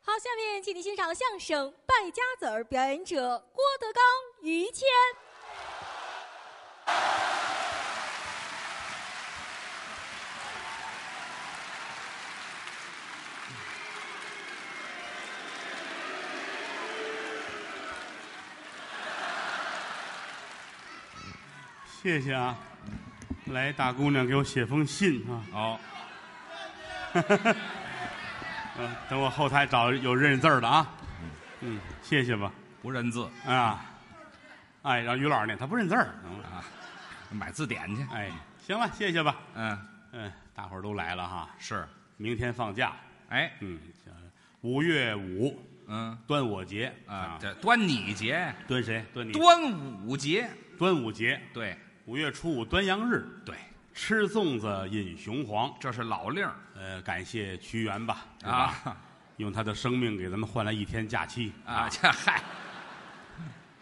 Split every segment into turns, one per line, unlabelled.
好，下面请您欣赏相声《败家子儿》，表演者郭德纲、于谦。
谢谢啊，来大姑娘给我写封信啊，
哦，
嗯，等我后台找有认字儿的啊，嗯，谢谢吧，
不认字
啊，哎，让于老师念，他不认字儿，嗯
啊，买字典去。
哎，行了，谢谢吧，
嗯，
嗯，大伙儿都来了哈，
是。
明天放假，
哎，
嗯，五月五
嗯
端午节
啊，这端你节，
端谁？端你
端午节，
端午节，
对
五月初五端阳日，
对，
吃粽子饮雄黄，
这是老令儿
呃，感谢屈原吧，对吧，
啊
用他的生命给咱们换来一天假期
啊，这嗨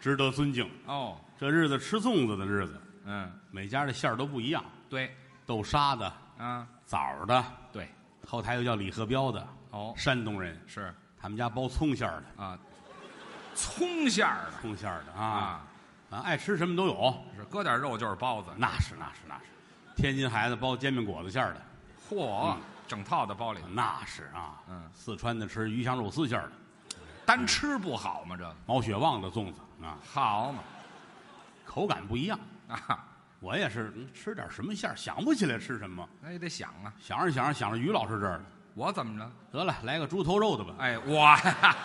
值得尊敬。
哦，
这日子吃粽子的日子，
嗯，
每家的馅儿都不一样，
对
豆沙的、
啊，
枣儿的，
对
后台又叫李鹤彪的，
哦，
山东人，
是
他们家包葱馅儿的，
啊，葱馅儿的
葱馅儿的啊
啊，
啊，爱吃什么都有，
是搁点肉就是包子。
那是那是那是。天津孩子包煎饼果子馅儿的，
嚯，整套的包里，
那是啊，
嗯
四川的吃鱼香肉丝馅儿的，
单吃不好吗？这个
毛血旺的粽子啊，
好嘛
口感不一样。
啊，
我也是嗯吃点什么馅儿，想不起来吃什么，
那也得想啊，
想着想着想着于老师这儿了，
我怎么着？
得了，来个猪头肉的吧。
哎，我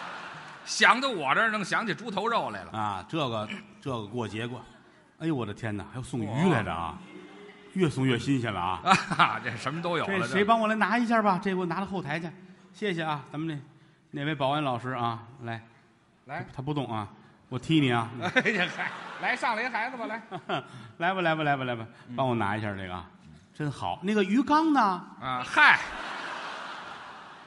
想到我这儿能想起猪头肉来了。
啊，这个这个过节过，哎呦我的天哪，还有送鱼来的啊，越送越新鲜了啊！
啊，这什么都有
这
了。
谁帮我来拿一下吧？这给我拿到后台去，谢谢啊，咱们这那位保安老师啊，来，
来？
他不动啊，我踢你啊，
哎呀，嗨，来上来一孩 子吧，来
来吧来吧来吧来吧，
嗯
帮我拿一下这个，啊，真好。那个鱼缸呢？
啊，嗨，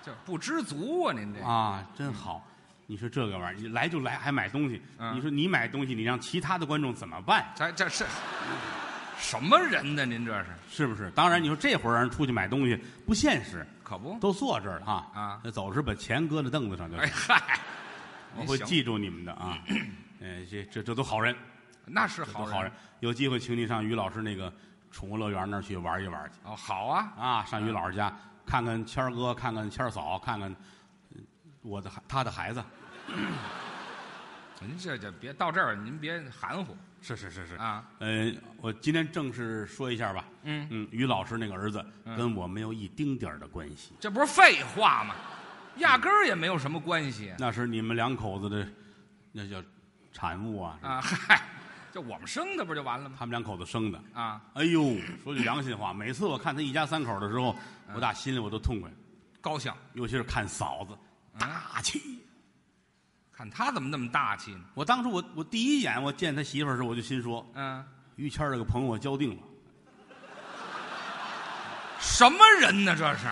这不知足啊，您这
啊，真好。你说这个玩意儿，你来就来，还买东西。
嗯
你说你买东西，你让其他的观众怎么办？
这这是什么人呢？您这是
是不是？当然，你说这会儿让人出去买东西不现实。
可不？
都坐这儿了啊！
啊
那走时把钱搁在凳子上就
哎
行，
嗨，
我
您
会
行，
记住你们的啊。呃，这这这都好人，
那是
都
好
好人。有机会请你上于老师那个宠物乐园那儿去玩一玩去
哦，好啊，
啊！上于老师家看看谦儿哥，看看谦儿嫂，看看呃我的孩他的孩子。
您这就别到这儿，您别含糊
是是是是。
啊。
呃，我今天正式说一下吧。
嗯，
嗯，于老师那个儿子跟我没有一丁点儿的关系，
这不是废话吗？压根儿也没有什么关系啊
那是你们两口子的那叫产物啊，是
啊。嗨，就我们生的不就完了吗？
他们两口子生的。
啊，
哎呦，说句良心话，每次我看他一家三口的时候，我打心里我都痛快，
高兴。
尤其是看嫂子大气。
看他怎么那么大气呢？
我当初我我第一眼我见他媳妇儿时，我就心说，
嗯，
于谦儿这个朋友我交定了，
什么人呢？这是？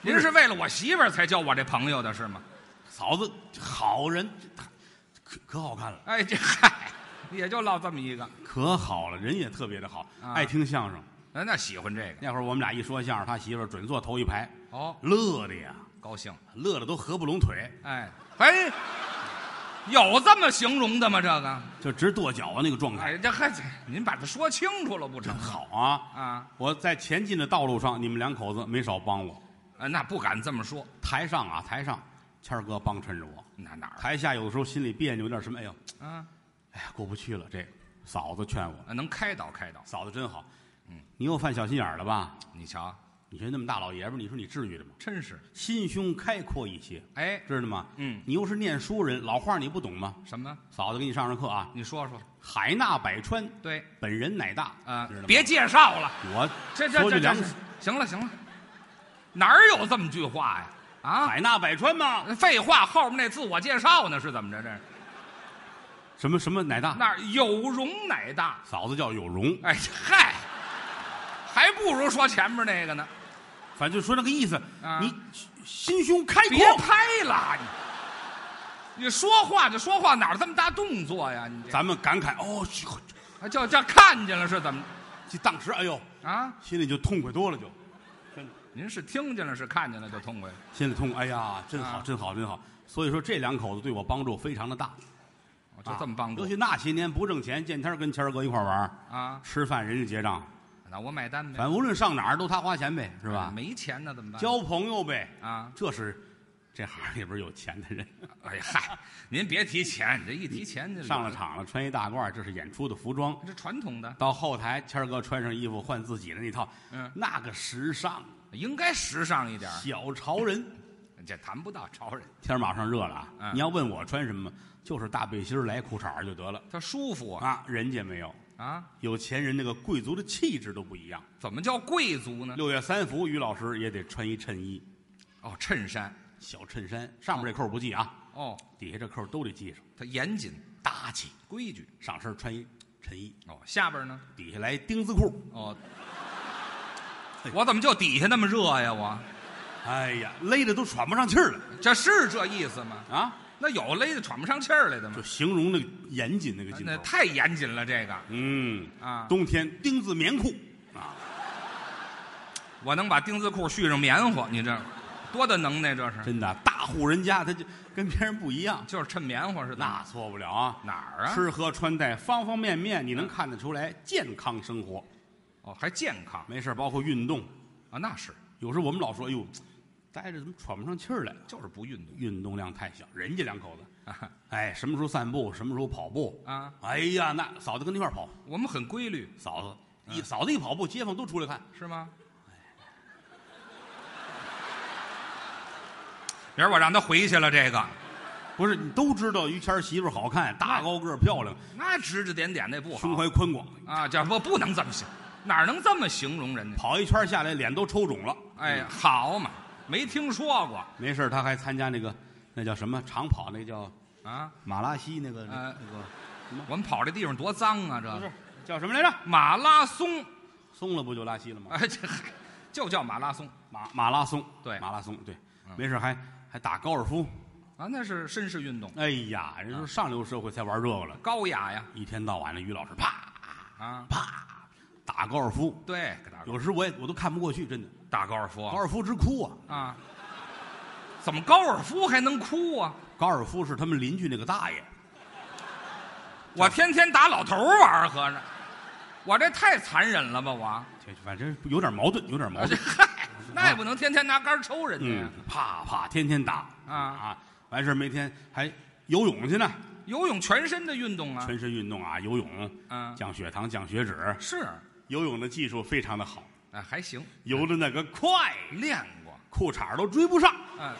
您是为了我媳妇儿才交我这朋友的是吗？
嫂子好人，可可好看了，
哎，这嗨，也就落这么一个。
可好了，人也特别的好，
啊
爱听相声。
哎，那喜欢这个
那会儿我们俩一说相声，他媳妇儿准坐头一排，
哦，
乐的呀，
高兴。
乐的都合不拢腿，
哎，哎，有这么形容的吗？这个？
就直跺脚啊那个状态，
哎，这还您把它说清楚了不成
真？好啊！
啊
我在前进的道路上，你们两口子没少帮我。
啊，那不敢这么说。
台上啊，台上，谦儿哥帮衬着我。
那哪儿
台下有的时候心里别扭，有点什么，哎呦，
啊？
哎呀，过不去了。这个嫂子劝我，
啊能开导开导。
嫂子真好。嗯，你又犯小心眼儿了吧？
你瞧，
你说那么大老爷们儿，你说你至于的吗？
真是。
心胸开阔一些，
哎，
知道吗？
嗯，
你又是念书人，老话你不懂吗？
什么？
嫂子给你上上课啊。
你说说。
海纳百川，
对
本人乃大
啊
知道，吗？
别介绍了。
我
这
说
这
句
这
良
这
心，，
行了行了，哪儿有这么句话呀？啊，
海纳百川嘛。
废话，后面那自我介绍呢是怎么着？这是
什么什么乃大？
那儿有容乃大。
嫂子叫有容，
哎嗨，还不如说前面那个呢。
反正就说那个意思
啊。
你心胸开阔，
别拍了，啊你你说话就说话，哪儿这么大动作呀？你
咱们感慨哦，这
这就这看见了是怎么
这当时哎呦，
啊？
心里就痛快多了就，真的
您是听见了，是看见了就痛快。哦
心里痛，哎呀，真好，
啊
真好，真好。所以说这两口子对我帮助非常的大，啊
我就这么帮助
尤其那些年不挣钱，见天儿跟谦儿哥一块儿玩儿，
啊？
吃饭人家结账，
那我买单呗
反，正无论上哪儿都他花钱呗，是吧？
哎没钱呢怎么办？
交朋友呗，
啊！
这是这行里边有钱的人。
哎呀嗨，您别提钱，这一提钱就
上了，场了，穿一大褂儿，这是演出的服装。
这传统的
到后台，谦儿哥穿上衣服换自己的那套，
嗯
那个时尚，
应该时尚一点儿，
小潮人。
这谈不到潮人，
天儿马上热了啊，
嗯
你要问我穿什么，就是大背心儿来裤衩儿就得了
他舒服啊
啊。人家没有，
啊！
有钱人那个贵族的气质都不一样。
怎么叫贵族呢？
六月三伏，于老师也得穿一衬衣，
哦，衬衫
小衬衫，上面这扣儿不系啊，
哦，
底下这扣儿都得系上，
它严谨
搭起。
规矩
上身穿一衬衣，
哦。下边呢？
底下来丁字裤。
哦
哎，
我怎么就底下那么热呀？我
哎呀，勒的都喘不上气儿了
这是这意思吗？
啊！
那有勒得喘不上气儿来的吗
就？形容那个严谨那个劲
那
头。
太严谨了，这个
嗯，
啊，
冬天丁字棉裤啊，
我能把丁字裤续上棉花，你这多大能耐？这是
真的大户人家他就跟别人不一样，
就是趁棉花似的。
那错不了啊。
哪儿啊？
吃喝穿戴方方面面，你能看得出来健康生活。
哦，还健康
没事儿，包括运动。
啊？那是，
有时候我们老说，哎呦，待着怎么喘不上气儿来？
就是不运动
运动量太小。人家两口子，
啊
哎，什么时候散步，什么时候跑步。
啊！
哎呀，那嫂子跟他一块儿跑，
我们很规律
嫂
嗯
子一嫂子一跑步，街坊都出来看。
是吗？哎明儿我让他回去了，这个
不是，你都知道于谦儿媳妇儿好看，大高个儿漂亮，
那指指点点那不
胸
好
怀宽广，
啊！这不不能这么形，哪能这么形容人家？
跑一圈下来脸都抽肿了。
哎，好嘛，没听说过
没事儿，他还参加那个那叫什么长跑，那叫
啊！
马拉西那个那
呃
个
我们跑这地方多脏啊！
不是
这
叫什么来着？
马拉松，
松了不就拉稀了吗？
哎，这嗨，就叫马拉松
马马拉松，
啊对
马拉松，对
嗯，
没事儿还还打高尔夫。
啊，那是绅士运动，
哎呀，人说上流社会才玩这个了，
高雅呀
一天到晚的于老师啪
啊！
啪打高尔夫，
对，打
有时我也我都看不过去，真的，
打高尔夫
高尔夫之哭啊！
啊？怎么高尔夫还能哭啊？
高尔夫是他们邻居那个大爷，
我天天打老头玩儿，合着我这太残忍了吧？我啊
这反正有点矛盾，有点矛
这
盾。
嗨，那也不能天天拿杆抽人家
嗯
呀。，
啪啪，天天打
啊
啊！完事儿每天还游泳去呢，
游泳全身的运动啊，
全身运动啊，游泳
嗯，
降血糖、降血脂，
是，
游泳的技术非常的好，
哎，还行，
游的那个快，
练过。
裤衩都追不上。
嗯，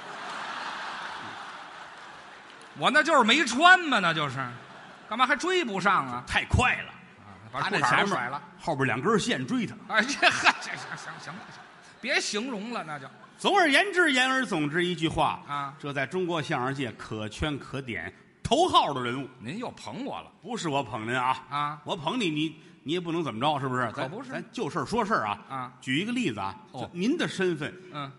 我那就是没穿嘛，那就是，干嘛还追不上啊？
太快了，
啊把
他
裤
这
衩
前面
都甩了。，
后边两根线追他。
哎，这嗨，这行行行了，行了别形容了，那就
总而言之，言而总之一句话
啊
这在中国相声界可圈可点、头号的人物，
您又捧我了
不是我捧您啊，
啊
我捧你，你你也不能怎么着，是不是？
可
咱
不是
咱就事儿说事儿啊。
啊，
举一个例子啊，
哦
就您的身份，
嗯，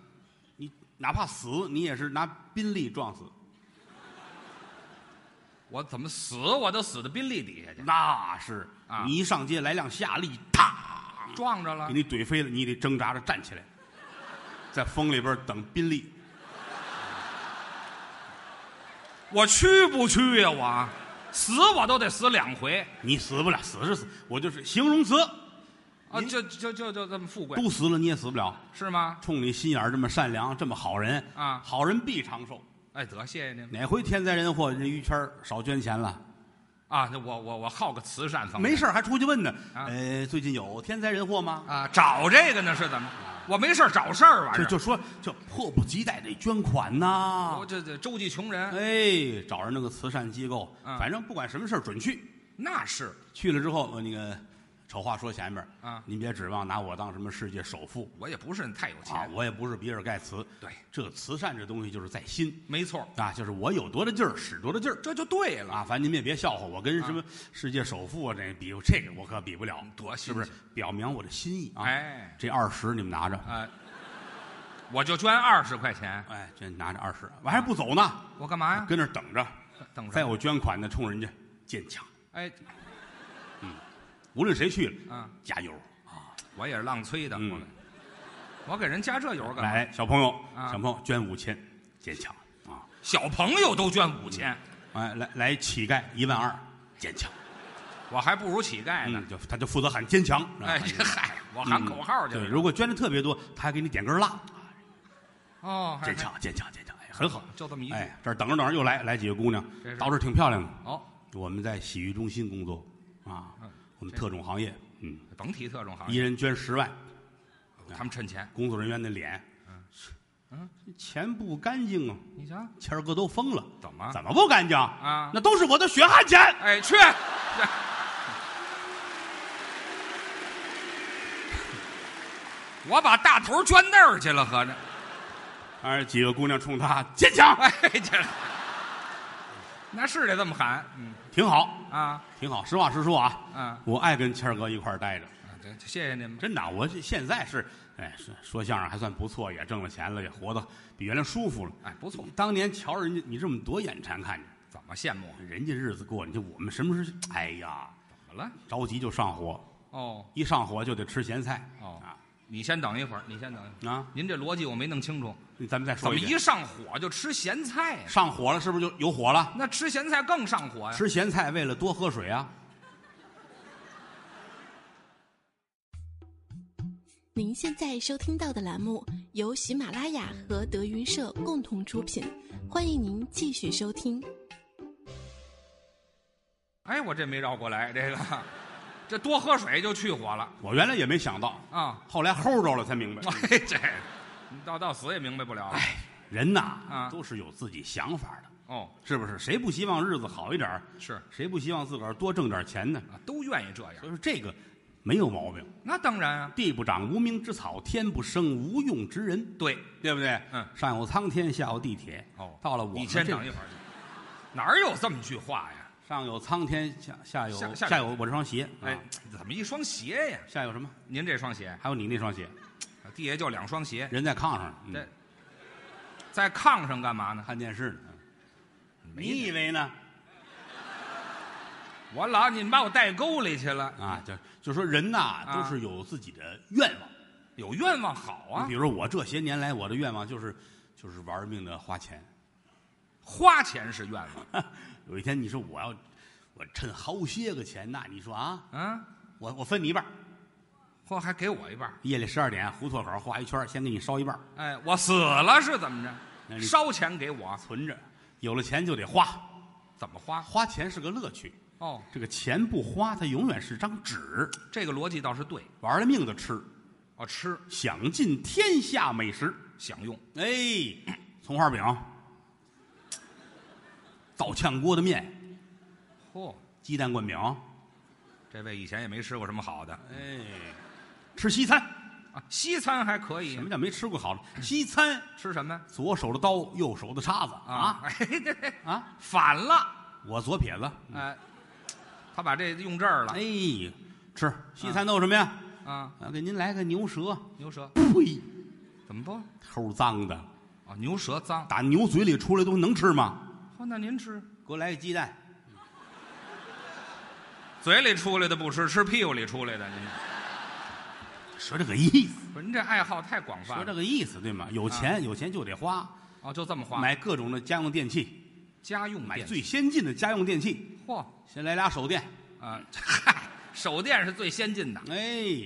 你哪怕死，你也是拿宾利撞死，
我怎么死我都死到宾利底下去，
那是
啊
你一上街来辆夏利，啪，
撞着了
给，你怼飞了，你得挣扎着站起来，在风里边等宾利。
我去不去呀、我死我都得死两回
你死不了，死是死，我就是形容词，
啊，
您
就就就就这么富贵
都死了你也死不了。
是吗？
冲你心眼儿这么善良，这么好人
啊
好人必长寿。
哎，得谢谢您
哪回天灾人祸，人于谦儿少捐钱了，
啊，那我我我好个慈善方面
没事儿还出去问呢。
啊
呃，最近有天灾人祸吗？
啊，找这个呢是怎么？我没事儿找事儿玩啊意
就
儿，
就说就迫不及待得捐款呐
我。这这周济穷人，
哎，找人那个慈善机构，
嗯
反正不管什么事儿准去。
那是
去了之后，呃那个丑话说前面
啊
您别指望拿我当什么世界首富
我也不是太有
啊
钱，，
我也不是比尔盖茨。
对，
这慈善这东西就是在心
没错，
啊，就是我有多大劲儿使多大劲儿
这就对了，
啊。反正您也别笑话我，跟什么世界首富啊这比，这个我可比不了，
多
是
新
不
鲜
是？表明我的心意啊！，
哎，
这二十你们拿着，
啊，我就捐二十块钱，
哎，这拿着二十，我还不走呢，
我干嘛呀？
跟那儿等着。
等
再
着，
有捐款的，冲人家坚强，
哎，
无论谁去了，
啊，
加油！
我也是浪催的，
嗯，
我给人加这油干嘛？
来，小朋友，
啊
小朋友捐五千，坚强啊！
小朋友都捐五千，
哎，来来，乞丐一万二，坚强。
我还不如乞丐呢
嗯，。就他就负责喊坚强。
哎，
嗯是
这
吧
嗨，我喊
嗯
口号去
对，
了。
如果捐的特别多，他还给你点根蜡，
哦，还
坚，强，坚强，坚强，哎，很好
还。就这么一句。
哎，这儿等着等着又来来几个姑娘
这是，
倒是挺漂亮的。
哦，
我们在洗浴中心工作啊
嗯，啊
我们特种行业，嗯，
甭提特种行
一
业，
人捐十万，
他们趁钱。
工作人员的脸，
嗯
嗯，钱不干净啊，
你瞧
谦儿哥都疯了，
怎么？
怎么不干净
啊
那都是我的血汗钱。
哎，去！ 我把大头捐那儿去了，合着。
哎，几个姑娘冲他坚强，
哎，这那是得这么喊。嗯
挺好，
啊
挺好。实话实说啊，
啊，
我爱跟谦儿哥一块儿待着。
这这谢谢您们。
真的，啊我这现在是，哎，说说相声还算不错，也挣了钱了，也活得比原来舒服了。
哎，不错，
当年瞧着人家你这么多眼馋看着，
怎么羡慕啊？
人家日子过，你就我们什么时候？哎呀，
怎么了？
着急就上火，
哦，
一上火就得吃咸菜。
哦
啊
你先等一会儿，你先等一会儿。
啊，
您这逻辑我没弄清楚，
咱们再
怎
说
么
一遍
一上火就吃咸菜呀、
上火了是不是就有火了？
那吃咸菜更上火呀、
吃咸菜为了多喝水啊。
您现在收听到的栏目由喜马拉雅和德云社共同出品，欢迎您继续收听。
哎，我这没绕过来，这个， 这多喝水就去火了
我原来也没想到，
啊！
后来齁着了才明白，
哎，这你到到死也明白不了。
哎人呐、
啊
都是有自己想法的，
哦，
是不是？谁不希望日子好一点儿？
是
谁不希望自个儿多挣点钱呢？
啊，都愿意这
所
样。
以说这个没有毛病。
那当然啊，
地不长无名之草，天不生无用之人，
对。
对不对？
嗯
上有苍天，下有地铁。
哦
到了我
你
们
先
这
等一会儿去，哪儿有这么句话呀？
上有苍天，下下有
下下
有我这双鞋，
哎
啊，
怎么一双鞋呀？
下有什么？
您这双鞋，
还有你那双鞋，
地下就两双鞋，
人在炕上，嗯
这在炕上干嘛呢？
看电视呢。嗯
没
你以为呢？
我老你们把我带沟里去了，
啊，就就说人呐，
嗯啊
都是有自己的愿望。
有愿望好
你
啊
比，如说我这些年来，我的愿望就是，就是玩命的花钱。
花钱是愿望
有一天你说我要，我趁好些个钱呐，你说啊，
啊，
我我分你一半儿，
嚯，还给我一半儿，
夜里十二点胡同口画一圈儿，先给你烧一半儿，
哎，我死了是怎么
那
着？
你
烧钱给我，
存着，有了钱就得花，
怎么花？
花钱是个乐趣。
哦，
这个钱不花，它永远是张纸，
这个逻辑倒是对。
玩了命的吃，
哦，吃
享尽天下美食。
享用，
哎，葱花饼、糟炝锅的面、
嚯，
鸡蛋灌饼，
这位以前也没吃过什么好的
哎，吃西餐。
啊，西餐还可以
什，么叫没吃过好的西餐？
吃什么呀？
左手的刀，右手的叉子啊
啊， 哎，这
啊！
反了，
我左撇子，
哎，他把这用这儿了
嗯哎，吃西餐都有什么呀？
啊，
啊，给您来个牛舌，
牛舌
呸，
怎么不？
齁脏的，
哦，牛舌脏，
打牛嘴里出来东西能吃吗？
哦，那您吃
给我来个鸡蛋，
嘴里出来的不吃，吃屁股里出来的，您
说这个意思，
不是您这爱好太广泛
说这
了，
个意思对吗？有钱有钱就得花，
哦，就这么嗯花，
买各种的家用电器，
家用
买
电
最先进的家用电器，
嚯
先来俩手电，
啊， 嗨，手电是最先进的，
哎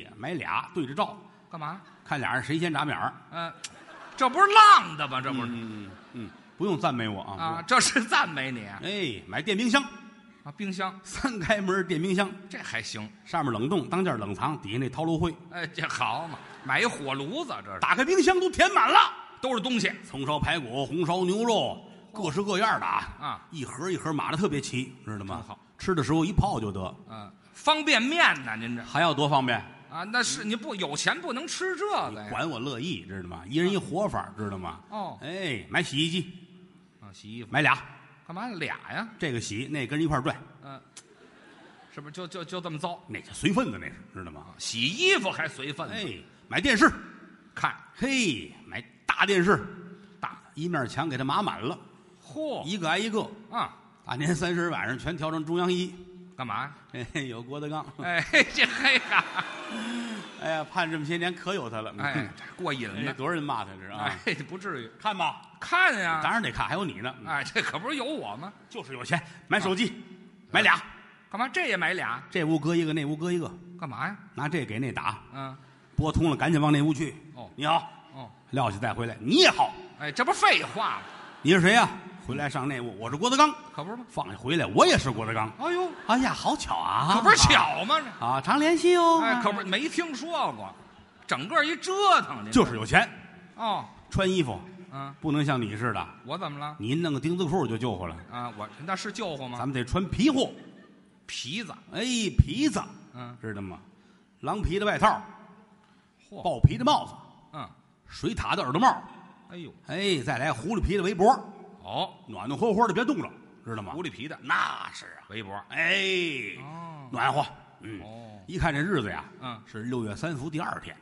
呀，买俩对着照，
干嘛？
看俩人谁先眨眼儿。
嗯、这不是浪的吗？这不是、
嗯嗯，不用赞美我啊。
啊，这是赞美你啊
不，用哎，买电冰箱，
冰箱
三开门电冰箱，
这还行，
上面冷冻，当间冷藏，底下那陶炉灰，
哎，这好嘛，买一火炉子，这是
打开冰箱都填满了，
都是东西，
葱烧排骨、红烧牛肉，各式各样的啊
啊，
一盒一盒码的特别齐，知道吗
真好？
吃的时候一泡就得，
嗯、方便面呢，您这
还要多方便，
啊，那是你不有钱不能吃这个哎呀，
管我乐意，知道吗？一人一活法，知道吗？
哦
哎，买洗衣机，
啊，洗衣服
买俩，
干嘛俩呀？
这个洗，那跟人一块儿拽，
嗯、是不是就就就这么糟？
那叫随份子，那是知道吗？
洗衣服还随份子，
哎，买电视，
看，
嘿，买大电视，大一面墙给它码满了，
嚯
一个挨一个。
啊，
大年三十晚上全调成中央一，
干嘛呀？
嘿嘿有郭德 纲，
哎，嘿这嘿呀，
哎呀，盼这么些年可有他了。
哎，这过瘾
嗯 哎，
呢，
多少人骂他这是啊
哎？，啊不至于，
看吧，
看呀、
当然得看，还有你呢，
哎，这可不是有我吗？
就是有钱买手
啊
机，买俩，
干嘛这也买俩？
这屋搁一个，那屋搁一个，
干嘛呀？
拿这给那打，
嗯，
拨通了赶紧往那屋去。
哦
你好，
哦，
撂下再回来，你也好，
哎，这不废话吗？
你是谁呀？回来上那屋，我是郭德纲，
可不是吗？
放下回来，我也是郭德纲。
哎呦，
哎呀，好巧啊，
可不是巧吗？这
啊，常联系哦。
哎，可不是没听说过，整个一折腾您
就是有钱，
哦，
穿衣服
嗯，
不能像你似的，
我怎么了？
你弄个丁字裤就救活了，
啊，我那是救活吗？
咱们得穿皮货，
皮子，
哎，皮子，
嗯，
知道吗？狼皮的外套，
嚯，
豹皮的帽子，
嗯，
水獭的耳朵帽，
哎呦，
哎，再来狐狸皮的围脖，
哦，
暖暖和和的，别冻着，知道吗？
狐狸皮的
那是啊，
围脖，
哎，
哦
暖和，嗯，
哦，
一看这日子呀，
嗯
是六月三伏第二天，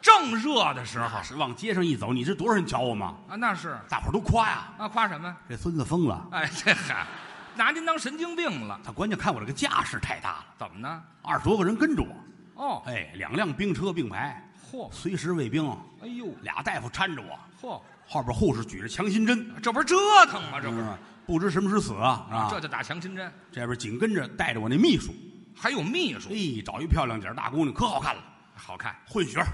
正热的时候
是往街上一走，你知多少人瞧我吗？
啊，那是
大伙儿都夸呀，
啊，夸什么？
这孙子疯了，
哎，这嗨，拿您当神经病了？
他关键看我这个架势太大了，
怎么呢？
二十多个人跟着我，
哦，
哎，两辆兵车并排，
嚯，
随时卫兵，
哎呦，
俩大夫搀着我，
嚯，
后边护士举着强心针，
这不是折腾吗？这不是，
嗯不知什么时死啊，啊
这就打强心针，
这边紧跟着带着我那秘书，
还有秘书，
哎，找一漂亮点儿大姑娘，可好看了，
好看，
混血儿，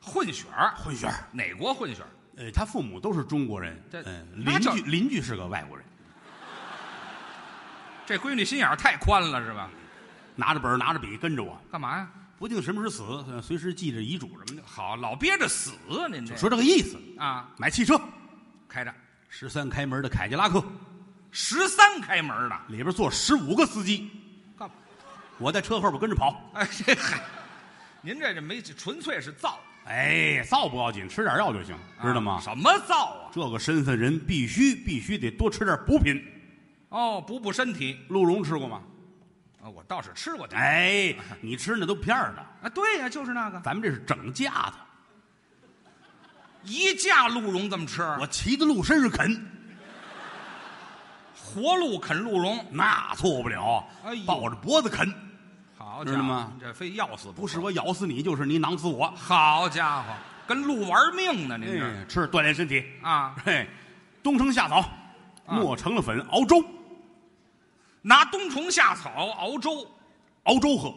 混血儿，
混血儿，
哪国混血儿？
呃，他父母都是中国人，
这
嗯，
那
邻
就
居邻居是个外国人，
这闺女心眼儿太宽了是吧？
拿着本儿拿着笔跟着我，
干嘛呀？
不定什么时死，呃随时记着遗嘱什么的，
好，老憋着死，您这
就说这个意思。
啊，
买汽车，
开着
十三开门的凯迪拉克，
十三开门的，
里边坐十五个司机，
干嘛？
我在车后边跟着跑。
哎，这嗨，您这这没纯粹是造，
哎，造不要紧，吃点药就行，知道吗
啊？什么造啊？
这个身份人必须必须得多吃点补品。
哦，补补身体
鹿茸吃过吗？
啊，我倒是吃过点。
哎，你吃那都片儿的，
啊，对呀、就是那个
咱们这是整架的。
一架鹿茸这么吃，
我骑在鹿身上啃，
活鹿啃鹿茸，
那错不了
哎呦，
抱着脖子啃。
好
知
家
道
伙，
吗
这非要死不
不是
可，
我咬死你，就是你囊死我。
好家伙，跟鹿玩命呢，您这、
哎，吃锻炼身体。
啊，
嘿，冬虫夏草，磨成了粉熬粥，
拿冬虫夏草熬粥，
熬粥喝。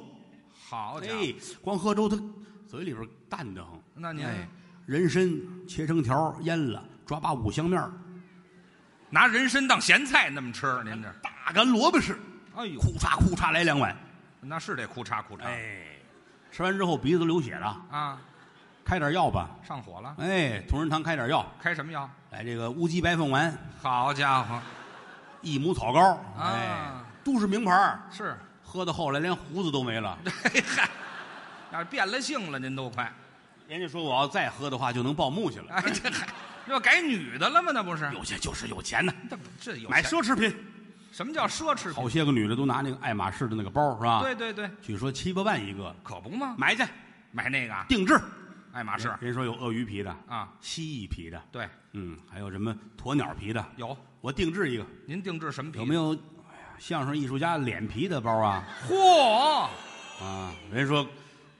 好家伙，嗯
哎，光喝粥，它嘴里边淡得很。
那您
哎，人参切成条腌了，抓把五香面儿
拿人参当咸菜那么吃，您这，
大干萝卜吃，
哎呦，
库嚓库嚓来两碗。
那是得哭嚓哭嚓、
哎，吃完之后鼻子都流血了，
啊，
开点药吧。
上火了，
哎，同仁堂开点药，
开什么药？
哎，这个乌鸡白凤丸、
好家伙，
益母草膏，
啊
哎，都是名牌儿
是，
喝到后来连胡子都没了。
嘿嗨，要是变了性了，您都快，
人家说我要再喝的话就能报幕去了。
哎，这还这不改女的了吗？那不是，
有钱就是哎有钱呐，
这不这有
买
钱
奢侈品。
什么叫奢侈 品？
好些个女的都拿那个爱马仕的那个包是吧？
对，对对，
据说七八万一个，
可不嘛，
买去
买那个啊
定制。啊
爱马仕
人说有鳄鱼皮的，
啊，
蜥蜴皮的，
对，
嗯，还有什么鸵鸟皮的，
有。
我定制一个。
您定制什么皮？
有没有哎呀相声艺术家脸皮的包啊？
嚯，
啊，人说，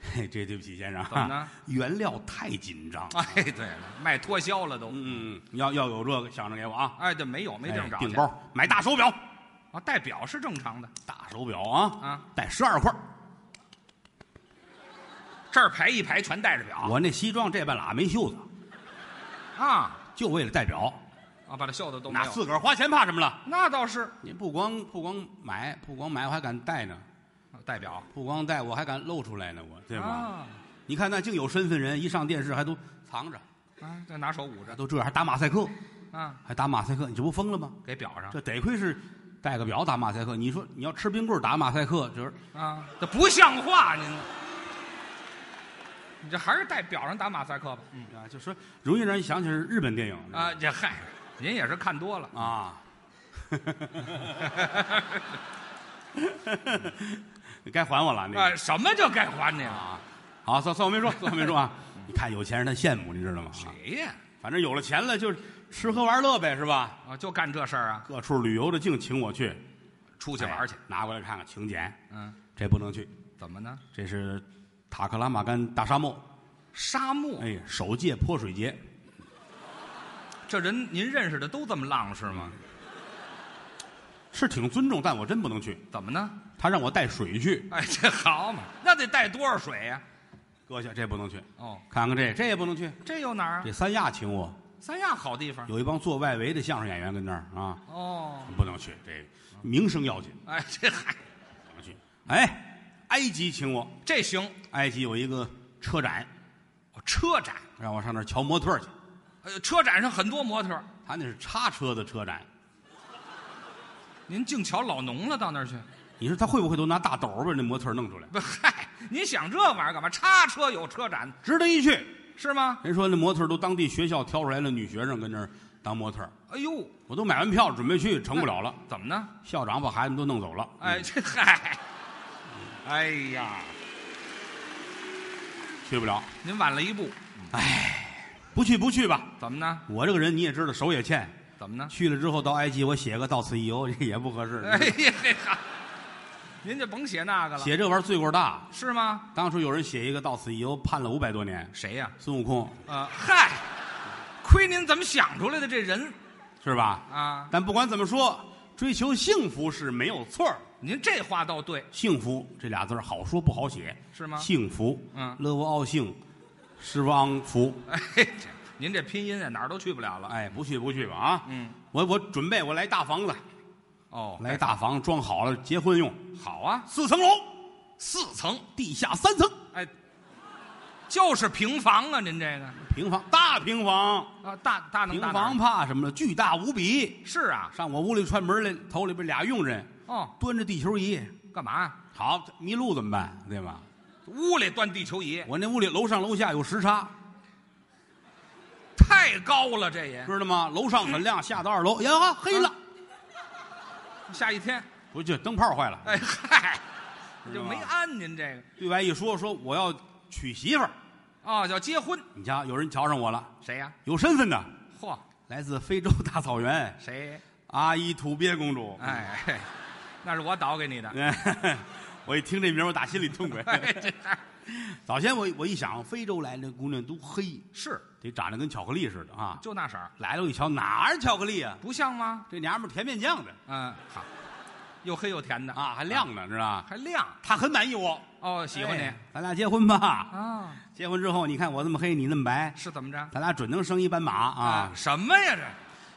嘿，这对不起先生，
怎么呢
哈 原料太紧张。
哎，对了，卖脱销了都。
嗯，要要有这个，想着给我啊。
哎，这没有，没地
哎
方找去。
订包，买大手表，
啊，戴表是正常的，
大手表啊
啊，
带十二块儿。
这儿排一排全戴着表
我那西装这半拉没袖子，
啊
就为了戴表，
啊，把这袖子都没
那
有。
自个儿花钱怕什么了？
那倒是
你不光不光买，不光买，我还敢戴呢。
啊戴表
不光戴，我还敢露出来呢，我对吧？
啊，
你看那净有身份人，一上电视还都藏着，
啊，再拿手捂着
都这样还打马赛克，
啊，
还打马赛克，你这不疯了吗？
给表上
这得亏是戴个表打马赛克。你说你要吃冰棍儿打马赛克，就是
啊，这不像话，您。你这还是戴表上打马赛克吧？嗯
啊，就说容易让人想起是日本电影
啊，这嗨，您也是看多了。
啊。 你该还我了，那个
啊，什么叫该还你了？
嗯啊，好，算算我没说，算我没说 啊。你看有钱人他羡慕，你知道吗？啊
谁呀？
反正有了钱了，就是吃喝玩乐呗，是吧？
啊，就干这事儿啊？
各处旅游的净请我去，
出去玩去
哎。拿过来看看请柬，
嗯，
这不能去，
怎么呢？
这是塔克拉玛干大沙漠，
沙漠，
哎，首届泼水节，
这人您认识的都这么浪是吗？
是挺尊重，但我真不能去。
怎么呢？
他让我带水去，
哎，这好嘛，那得带多少水呀、
搁下这不能去，
哦，
看看这这也不能去。
这有哪儿啊？
这三亚请我，
三亚好地方。
有一帮做外围的相声演员跟那儿啊，
哦，
不能去，这名声要紧，
哎，这还
不能去。哎，埃及请我，
这行，
埃及有一个车展，
哦车展，
让我上那儿瞧模特儿去。
呃，车展上很多模特儿，
他那是叉车的车展，
您净瞧老农了，到那儿去？
你说他会不会都拿大斗儿把那模特儿弄出来？
不，嗨，您想这玩意儿干嘛？叉车有车展
值得一去。
是吗？
人说那模特儿都当地学校挑出来了女学生跟那儿当模特儿，
哎呦，
我都买完票准备去，成不了了。
怎么呢？
校长把孩子们都弄走了。
哎，
嗯，
这嗨，哎呀，
去不了，
您晚了一步，
不去不去吧。
怎么呢？
我这个人你也知道，手也欠。
怎 么呢？
去了之后到埃及，我写个到此一游， 这也不合适。
哎呀，嘿哈，您就甭写那个了，
写这玩意儿罪过大。
是吗？
当初有人写一个到此一游，判了五百多年。
谁呀、
孙悟空
呃，嗨，亏您怎么想出来的这人
是吧？
啊？
但不管怎么说，追求幸福是没有错儿。
您这话倒对，
幸福这俩字儿好说不好写，
是吗
幸福，
嗯
乐无傲幸，失望福。
哎，这您这拼音啊哪儿都去不了了。
哎，不去不去吧啊！
嗯，
我我准备我来大房子，
哦，
来大房子装好了结婚用，
好啊，
四层楼，
四层，
地下三层，
哎，就是平房啊，您这个
平房大平房，
啊，大大能
平
大哪儿
房怕什么了？巨大无比。
是啊，
上我屋里串门来，头里边俩佣人
哦，
端着地球仪，
干嘛呀？
好迷路怎么办？对吧？
屋里断地球仪
我那屋里楼上楼下有时差，
太高了，这也
知道吗？楼上很亮，下到二楼，
嗯
呀，黑了，
下一天，
不就灯泡坏了。
哎嗨，
知道
就
吗
没安您这个
对外一说，说我要娶媳妇儿，
哦，叫结婚，
你瞧，有人瞧上我了，
谁呀、
有身份的，
嚯，
来自非洲大草原，
谁？
阿依土鳖公主。
哎，嘿那是我倒给你的。
哎， 我一听这名儿，我打心里痛快。
哎，这
早先我我一想，非洲来的姑娘都黑，
是
得长得跟巧克力似的啊。
就那色儿，
来了，我一瞧，哪儿巧克力啊？
不像吗？
这娘们儿甜面酱的
嗯，好，又黑又甜的
啊，还亮呢，知道吧？
还亮
她很满意我，
哦，嗯喜欢你、
哎咱俩结婚吧。
啊？
结婚之后，你看我这么黑，你那么白，
是怎么着
咱俩准能生一斑马啊！
什么呀这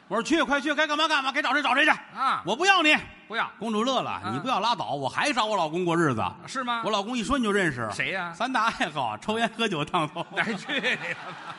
我说去，快去，该干嘛干嘛，该找谁找谁去。
啊？
我不要你，
不要
公主乐了，你不要拉倒，我还找我老公过日子。
是吗？
我老公一说你就认识
啊谁呀
三大爱好：抽烟、喝酒、烫头。
来去你的吧！